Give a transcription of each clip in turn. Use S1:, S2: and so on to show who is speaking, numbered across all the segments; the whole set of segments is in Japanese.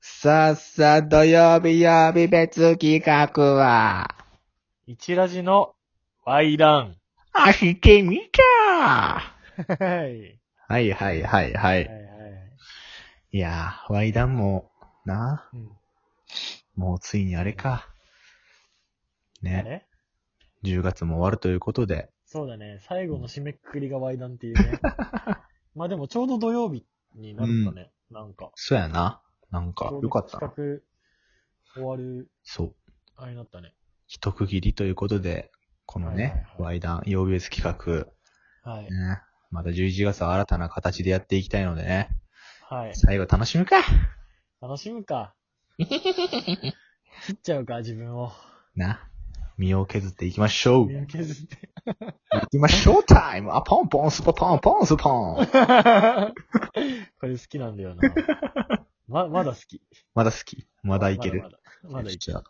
S1: さっさ、土曜日曜日別企画は、
S2: 一ラジのワイラン。
S1: 走ってみた
S2: はい。
S1: はいはいはいは。
S2: はい
S1: いやー、ワイダンも、な、もうついにあれか。
S2: あ
S1: ね、
S2: れ
S1: 10月も終わるということで、
S2: そうだね。最後の締めくくりがワイダンっていう ね。まあでもちょうど土曜日になったね。なんか。
S1: そうやな。なんか、よかったな。
S2: 企画終わる、
S1: そう。
S2: あれになったね。
S1: 一区切りということで、この
S2: はいはい
S1: ね、
S2: はい
S1: ワイダン曜日別企画、
S2: はい。
S1: ね、また11月は新たな形でやっていきたいのでね、
S2: はい。
S1: 最後楽しむか
S2: 楽しむか。 切っちゃうか、自分を。
S1: な。身を削っていきましょう。
S2: 身を 削って。
S1: 行きましょうタイムあ、ポンポンスポポンポンスポン
S2: これ好きなんだ よな。ま、まだ好き。
S1: まだ好きまだいける
S2: まだまだまだいけ
S1: じゃあ、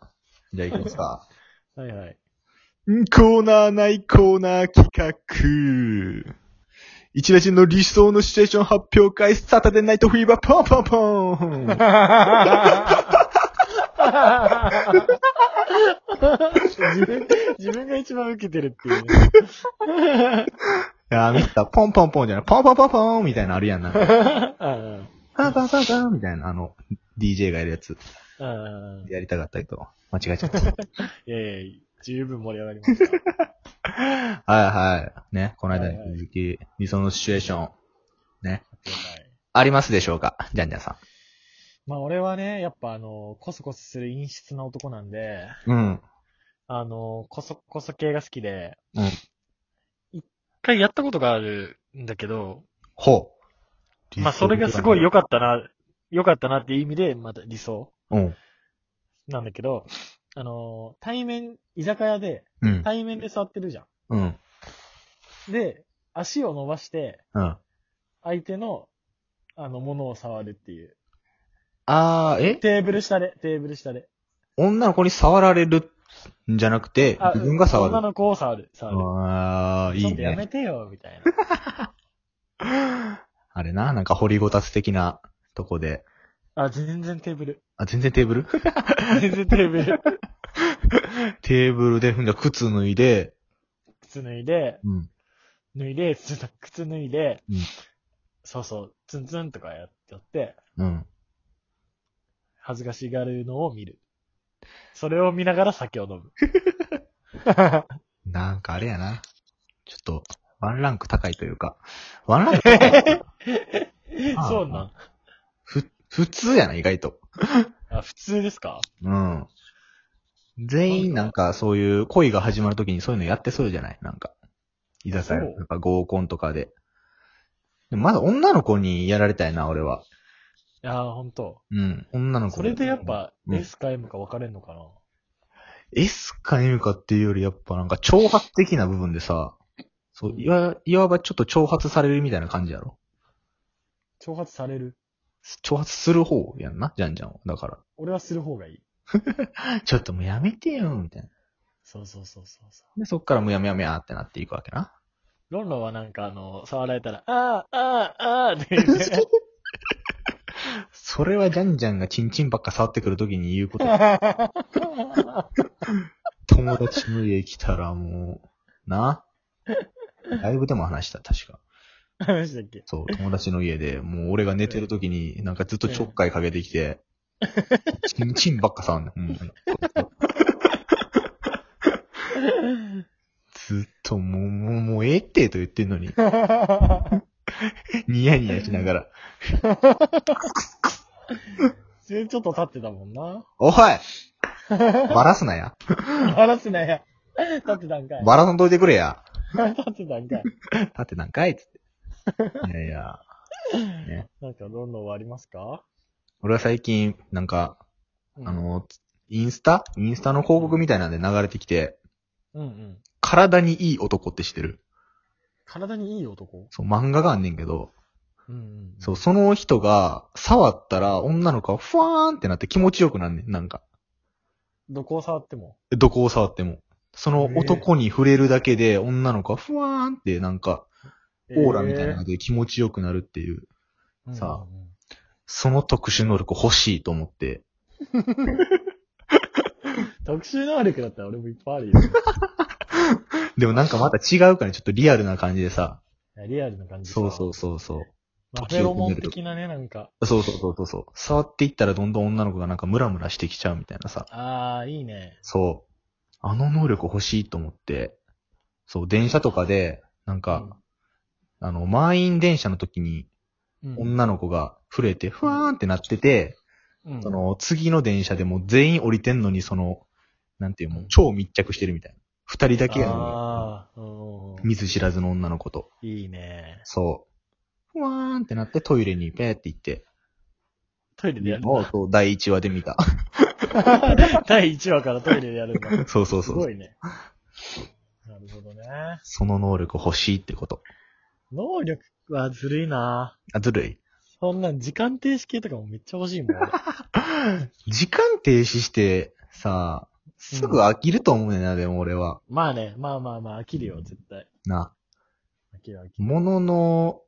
S1: じゃあ行きます か。
S2: る。はいはい。
S1: コーナーないコーナー企画。一ラジの理想のシチュエーション発表会、サタデーナイトフィーバー、ポンポンポン
S2: 自分、自分が一番受けてるっていうね。
S1: いやー、見た。ポンポンポンじゃない。ポンポンポンポンみたいなのあるやんな。
S2: うん
S1: パンパンパンパンみたいな、あの、DJ がやるやつ。
S2: うんうん
S1: やりたかったけど、間違えちゃった。はい
S2: いやいや、十分盛り上がりました。
S1: はい。ね、この間に
S2: はいはい
S1: 続き、理想のシチュエーション、ね、
S2: はい
S1: ありますでしょうかじゃんじゃんさ
S2: まあ俺はね、やっぱあの、コソコソする陰湿な男なんで、
S1: ん。うん。
S2: あの、コソコソ系が好きで、
S1: うん
S2: 一回やったことがあるんだけど、
S1: ほう。
S2: まあそれがすごい良かったな、良かったなっていう意味で、また理想
S1: うん。
S2: なんだけど、あの、対面、居酒屋で、
S1: うん。
S2: 対面で座ってるじゃ
S1: うん。
S2: ん。で、足を伸ばして、
S1: うん。
S2: 相手の、あの、ものを触るっていう。
S1: あー、え
S2: テーブル下で、テーブル下で。
S1: 女の子に触られるんじゃなくて、自分が触
S2: 女
S1: る。
S2: の子を触る、触る。
S1: あー、い
S2: ちょ
S1: い
S2: っとやめ
S1: ね。
S2: てよ、みたい
S1: あれな、なんか掘りごたつ的なとこで。
S2: な。あ、全然テーブル。
S1: あ、全然テーブル
S2: 全然テーブル。
S1: テーブルで踏んだ靴脱いで、
S2: 靴脱いで、
S1: うん。
S2: 脱いで、靴脱靴脱いで、
S1: うん
S2: そうそう、ツンツンとかややって、
S1: うん。
S2: 恥ずかしがるのを見る。それを見ながら酒を飲む。
S1: なん かあれやな。ちょっと、ワンランク高いというか、ワンランク、 あ
S2: そうなん。
S1: ふ、普通やな、意外と。
S2: あ、普通ですか
S1: うん。全員なんかそういう恋が始まるときにそういうのやってそうじゃないなんか。居酒屋、
S2: そ
S1: な
S2: うん
S1: か合コンとかで。でもまだ女の子にやられたいな、俺は。
S2: いやー、ほんと。
S1: うん、女の子
S2: それでやっ。ぱ、
S1: うん
S2: S か M か分かれんのかな、
S1: S か M かっていうよりやっぱなんか挑発的な部分でさ、そう、いわ、いわばちょっと挑発されるみたいな感じやろ。
S2: 挑発される
S1: 挑発する方やんな、じゃんじゃんは。だか
S2: 俺はする方がいい。
S1: ら、ちょっともうやめてよ、みたいな。
S2: そうそうそうそうそう。
S1: で、そっからもうやめやめやってなっていくわけな。
S2: ロンロンはなんかあの、触られたら、あー、あー、あーって言って。
S1: それはじゃんじゃんがチンチンばっか触ってくるときに言うこと。 友達の家来たらもう、な。ライブでも話した、確か。
S2: 話だっけ
S1: そう、友達の家で、もう俺が寝てるときに、なんかずっとちょっかいかけてきて、チンチンばっか触んねんほんまに。ずっともう、もう、もうええってと言ってんのに、ニヤニヤしながら、
S2: それちょっと立ってたもんな。
S1: おいバラすなや。
S2: バラすなや。立ってたんかい。
S1: バラさんといてくれや。
S2: 立ってたんかい。
S1: だって何回つって。いやいや。
S2: なんかロンロンはありますか
S1: 俺は最近、なんか、
S2: うん
S1: あ、の、インスタインスタの広告みたいなんで流れてきて、
S2: うんうん。
S1: 体にいい男って知ってる
S2: 体にいい男
S1: そう、漫画があんねんけど、
S2: うんうん。
S1: そう、その人が触ったら女の子がふわーんってなって気持ちよくなんねん、なんか。
S2: どこを触っても。
S1: どこを触っても。その
S2: へえ
S1: 男に触れるだけで女の子はふわーんってなんか、オーラみたいなの
S2: え
S1: で気持ちよくなるっていう。さあ
S2: うんうん
S1: その特殊能力欲しいと思って。
S2: 特殊能力だったら俺もいっぱいあるよ。
S1: でもなんかまた違うからちょっとリアルな感じでさ。
S2: リアルな感じか
S1: そうそうそうそう。
S2: まあ、フェロモン的なね、なんか。
S1: そうそうそうそうそう。触っていったらどんどん女の子がなんかムラムラしてきちゃうみたいなさ。
S2: ああ、いいね。
S1: そう。あの能力欲しいと思って。そう、電車とかで、なんか、あの、満員電車の時に
S2: うん、うん。
S1: 女の子が震えて、ふわーんってなってて、
S2: うん
S1: その、次の電車でもう全員降りてんのに、その、なんていうの
S2: うん、
S1: 超密着してるみたいな。二人だけやの
S2: ああ、うんうんうん
S1: に、見ず知らずの女の子と。
S2: いいね。
S1: そう。ふわーんってなってトイレにペーって行って、
S2: トイレでやる。
S1: もうそう第1話で見 た。
S2: 第1話からトイレでやるんだ。
S1: そうそう
S2: す
S1: そう
S2: ご。いね。なるほどね。
S1: その能力欲しいってこと。
S2: 能力はずるいな
S1: あ、ずるい。
S2: そんなん時間停止系とかもめっちゃ欲しいもん。俺
S1: 時間停止して、さ、すぐ飽きると思うねんな、でも俺は。
S2: まあね、まあまあまあ、飽きるよ、絶対。
S1: な。
S2: 飽きる飽きる。
S1: ものの、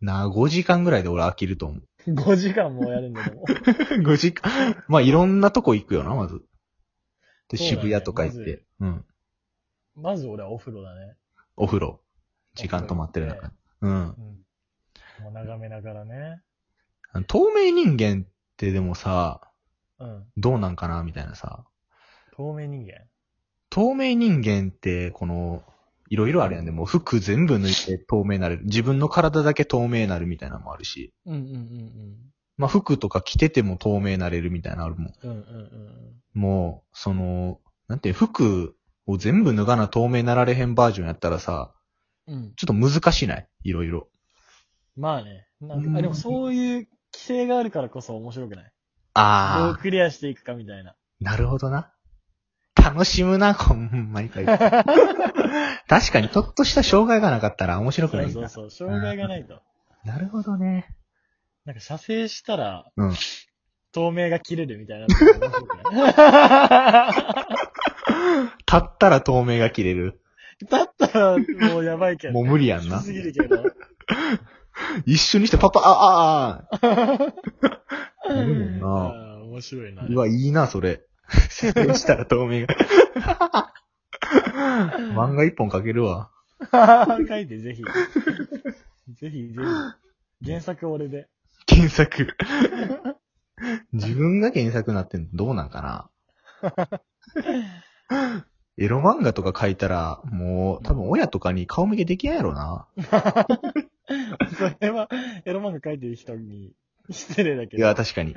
S1: な、5時間ぐらいで俺飽きると思う。
S2: 5時間もやるんだけど。
S1: 5時間まあ、いろんなとこ行くよな、まず。で、
S2: そうだね
S1: 渋谷とか行っ
S2: ま
S1: て
S2: ず。
S1: うん。
S2: まず俺はお風呂だね。
S1: お風呂。時間止まってる中。うん。
S2: うん。もう眺めながらね。
S1: 透明人間ってでもさ、
S2: うん。
S1: どうなんかな、みたいなさ。
S2: 透明人間。
S1: 透明人間って、この、いろいろあるやんで、もう服全部抜いて透明になる。自分の体だけ透明になるみたいなのもあるし。
S2: うんうんうん
S1: まあ、服とか着てても透明になれるみたいなのあるもん。
S2: うん。うんうん
S1: もう、その、なんていう、服を全部脱がな透明になられへんバージョンやったらさ、
S2: うん。うん。
S1: ちょっと難しないいろいろ。
S2: まあね。な
S1: うんん
S2: か、あ、でもそういう規制があるからこそ面白くないどう
S1: ああ、
S2: クリアしていくかみたいな。
S1: なるほどな。楽しむな、ほんまに。 確かに、ちょっとした障害がなかったら面白く
S2: そ
S1: ない
S2: うん
S1: だ
S2: そうそう。障害がないと。
S1: なるほどね。
S2: なんか射精したら、
S1: うん
S2: 透明が切れるみたいなのが面白くない。
S1: 立ったら透明が切れる。
S2: だったら、もうやばいけど、
S1: もう無理やんな
S2: きつ。すぎるけど。
S1: 一瞬にしてパパ、あ、あ、あ。なるもん
S2: あ
S1: な。
S2: あ、面白いな。
S1: うわ、いいな、それ。 設定したら透明が。 漫画一本かけるわ。
S2: 書いて、ぜひ。ぜひ、ぜひ。原作俺で。
S1: 検索。自分が検索になってんのどうなんかなエロ漫画とか書いたら、もう多分親とかに顔向けできないやろな。
S2: それは、エロ漫画書いてる人に失礼だけ
S1: い
S2: ど。
S1: や、確かに。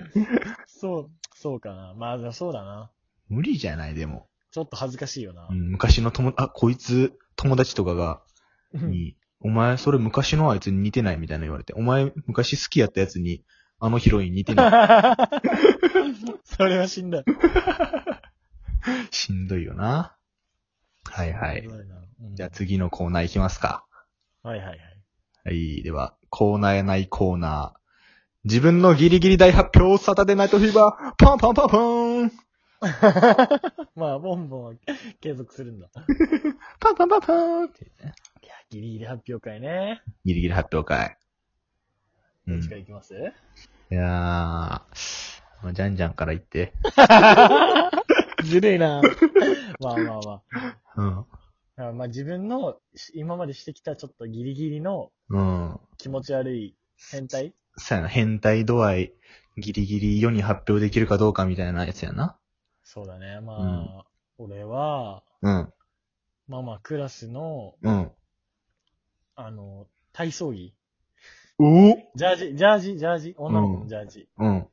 S2: そう、そうかな。まあ、でもそうだな。
S1: 無理じゃない、でも。
S2: ちょっと恥ずかしいよな
S1: う。ん昔の友、あ、こいつ、友達とかが、に、お前それ昔のあいつに似てないみたいな言われて、お前昔好きやったやつに、あのヒロイン似て ない。
S2: それは死んだ。
S1: しんどいよな。はいはい
S2: そう。だなうん
S1: じゃあ次のコーナー行きますか。
S2: はいはいはい。
S1: はい。では、コーナーやないコーナー。自分のギリギリ大発表、サタデーナイトフィーバー、パンパンパンパン
S2: まあ、ボンボンは継続するんだ。
S1: パンパンパンパンってね
S2: いや、ギリギリ発表会ね。
S1: ギリギリ発表会。う
S2: ど
S1: ん。
S2: っち
S1: い
S2: からいきます、
S1: やー、まあ、じゃんじゃんから言って。
S2: ずるいなまあまあま
S1: うん。
S2: あ。あまあ自分のし今までしてきたちょっとギリギリの
S1: うん。
S2: 気持ち悪い変態
S1: さやな、変態度合い、ギリギリ世に発表できるかどうかみたいなやつやな。
S2: そうだね。まあ、
S1: うん
S2: 俺は、
S1: うん。
S2: まあまあクラスの、
S1: うん。
S2: あの、体操着。
S1: お
S2: ジャージ、ジャージ、ジャージ、女の子
S1: う
S2: の
S1: ん
S2: ジャージ
S1: うん。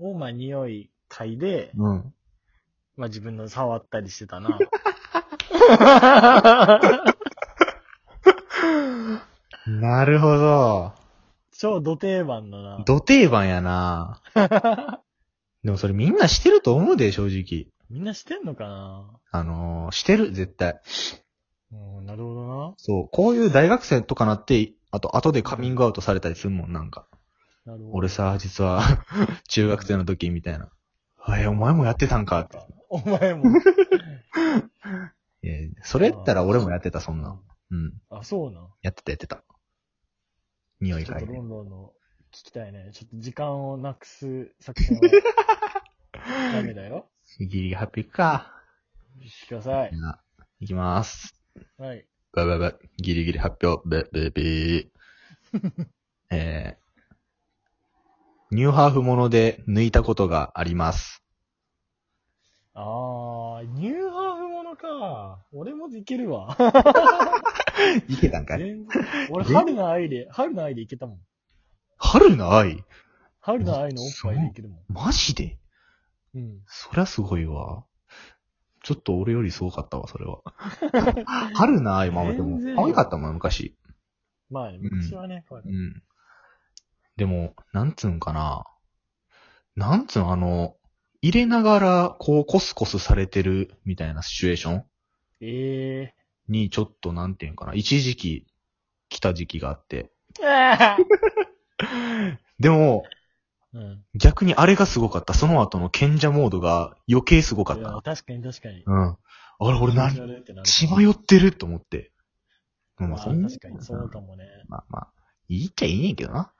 S2: を、まあ匂い嗅いで、
S1: うん。
S2: まあ自分の触ったりして たな。
S1: なるほど。
S2: 超ド定番のな。
S1: 土定番やなでもそれみんなしてると思うで、正直。
S2: みんなしてんのかな
S1: あのーしてる、絶対。
S2: うん、なるほどな。
S1: そう。こういう大学生とかなって、あと、後でカミングアウトされたりするもん、なんか。
S2: なるほど。
S1: 俺さ、実は、 中学生の時、みたいな。はい、お前もやってたんかって。
S2: お前も。
S1: えーそれやったら俺もやってた、そんなん。うん。
S2: あ、そうなん。
S1: やってた、やってた。匂い
S2: ちょっ
S1: 嗅い
S2: と
S1: で
S2: ロンドンの聞きたいね。ちょっと時間をなくす作 戦はダメだよ。
S1: ギリハッピーか。
S2: 聞てください。
S1: いきます。
S2: はい。
S1: ばばば、ギリギリ発表、べ、べ、べ。えー、ニューハーフもので抜いたことがあります。
S2: あー、ニューハーフものか。俺もいけるわ。
S1: いけたんかい
S2: 全然俺、春の愛で、春の愛でいけたもん。
S1: 春の愛
S2: 春の愛のおっぱいでいけるもん。
S1: マジで
S2: うん。
S1: そりゃすごいわ。ちょっと俺よりすごかったわ、それは。春の愛もめても
S2: 全然、
S1: 可愛かったもん、昔。
S2: まあね、昔はね、こう
S1: うん。でも、なんつうんかな。なんつうん、あの、入れながら、こう、コスコスされてるみたいなシチュエーション
S2: え
S1: に、ちょっと、なんていうんかな。一時期、来た時期があって。
S2: えー。
S1: でも、
S2: うん。
S1: 逆にあれがすごかった。その後の賢者モードが余計すごかっ
S2: い
S1: た
S2: や
S1: な。
S2: 確かに確かに。
S1: うん。あれ、俺
S2: な
S1: 何
S2: るってなる
S1: 血迷ってると思って。まあ
S2: ま
S1: ま
S2: あ
S1: あ、そんな
S2: 確かにそうかもね。
S1: まあまあ、いいっちゃいいねんけどな。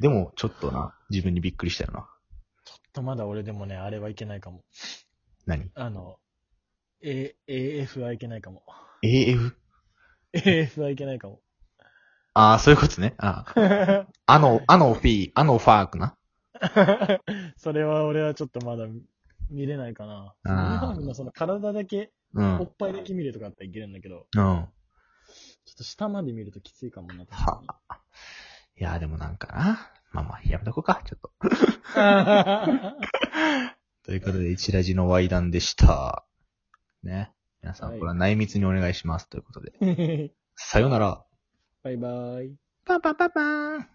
S1: でも、ちょっとな、自分にびっくりしたよな。
S2: ちょっとまだ俺でもね、あれはいけないかも。
S1: 何
S2: あの、A、AF はいけないかも。
S1: ?AF?
S2: AF はいけないかも。
S1: ああ、そういうことね。あああ の、あのフィー、あのファークな。
S2: それは俺はちょっとまだ見れないかな。
S1: あ
S2: ニ
S1: ー
S2: ューハーフのその体だけ、
S1: う
S2: お
S1: ん
S2: っ。ぱいだけ見るとかだったらいけるんだけど、
S1: うん。
S2: ちょっと下まで見るときついかもな。
S1: はあいやー、でもなんかな。まあまあ、やめとこうか、ちょっと。
S2: は
S1: ということで、一ラジのワイダンでした。ね。皆さ
S2: は
S1: ん、
S2: い
S1: これは内密にお願いします。ということで。
S2: い。
S1: さよなら。
S2: バイバイ。
S1: パンパンパンパーン。